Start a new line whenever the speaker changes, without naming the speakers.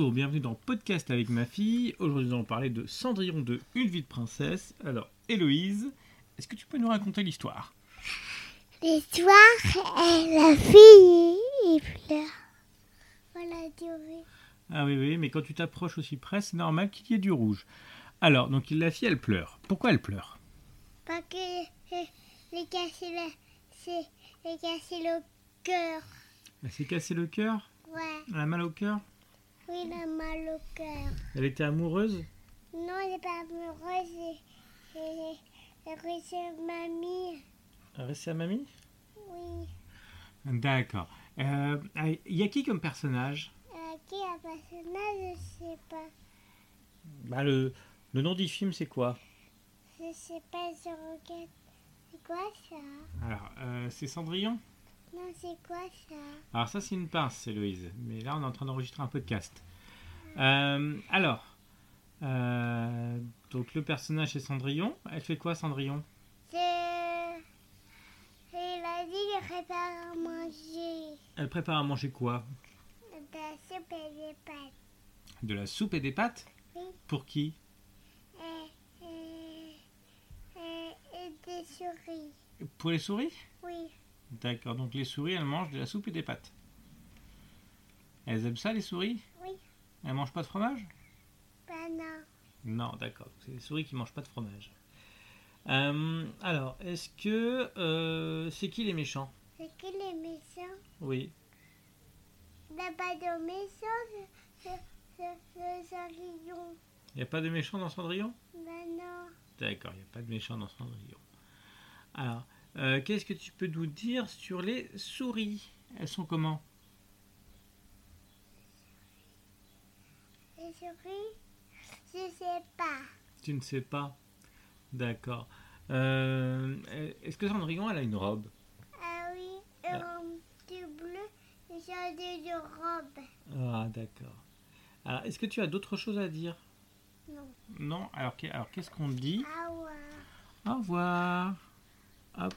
Bonjour, bienvenue dans Podcast avec ma fille. Aujourd'hui, nous allons parler de Cendrillon de Une vie de princesse. Alors, Héloïse, est-ce que tu peux nous raconter l'histoire
L'histoire est la fille et pleure. Voilà, durée.
Ah oui, oui, mais quand tu t'approches aussi près, c'est normal qu'il y ait du rouge. Alors, donc la fille, elle pleure. Pourquoi elle pleure
Parce que euh, les casser le, c'est les casser le cœur.
Elle s'est cassé le cœur
Ouais,
Elle a mal au cœur
oui, il a mal au cœur.
Elle était amoureuse
Non, il n'est pas amoureux, c'est- c'est c'est que c'est mamie.
Elle est restée à mamie
Oui,
D'accord. Euh, Il y a qui comme personnage
euh, qui est un personnage, je sais pas.
bah, le, le nom du film, c'est quoi
Je sais pas, je regarde. C'est quoi ça
Alors, euh, c'est Cendrillon
Non, c'est quoi ça
Alors ça c'est une pince, Héloïse. Mais là on est en train d'enregistrer un podcast. Euh, alors, euh, donc le personnage c'est Cendrillon. Elle fait quoi Cendrillon
C'est... Il a dit qu'il prépare à manger.
Elle prépare à manger quoi
De la soupe et des pâtes.
De la soupe et des pâtes
Oui.
Pour qui
Et, et, et, et des souris.
Pour les souris
Oui,
D'accord, donc les souris elles mangent de la soupe et des pâtes. Elles aiment ça les souris
Oui.
Elles mangent pas de fromage
bah non.
Non, d'accord. C'est les souris qui mangent pas de fromage. Euh, alors, est-ce que euh, c'est qui les méchants
C'est que les méchants.
Oui.
Là pas de méchants, c'est le cendrillon.
Il n'y a pas de méchants dans Cendrillon
Bah non.
D'accord, il n'y a pas de méchant dans Cendrillon. Alors, euh, qu'est-ce que tu peux nous dire sur les souris Elles sont comment
Les souris, je sais pas.
Tu ne sais pas. D'accord. Euh, Est-ce que Cendrillon, elle a une robe
Ah oui,
Ah.
euh, du bleu, et j'ai des de robe.
Ah, d'accord. Alors, est-ce que tu as d'autres choses à dire
Non.
Non Alors, qu'est- alors, qu'est-ce qu'on dit
Ah ouais.
Au revoir. Hop.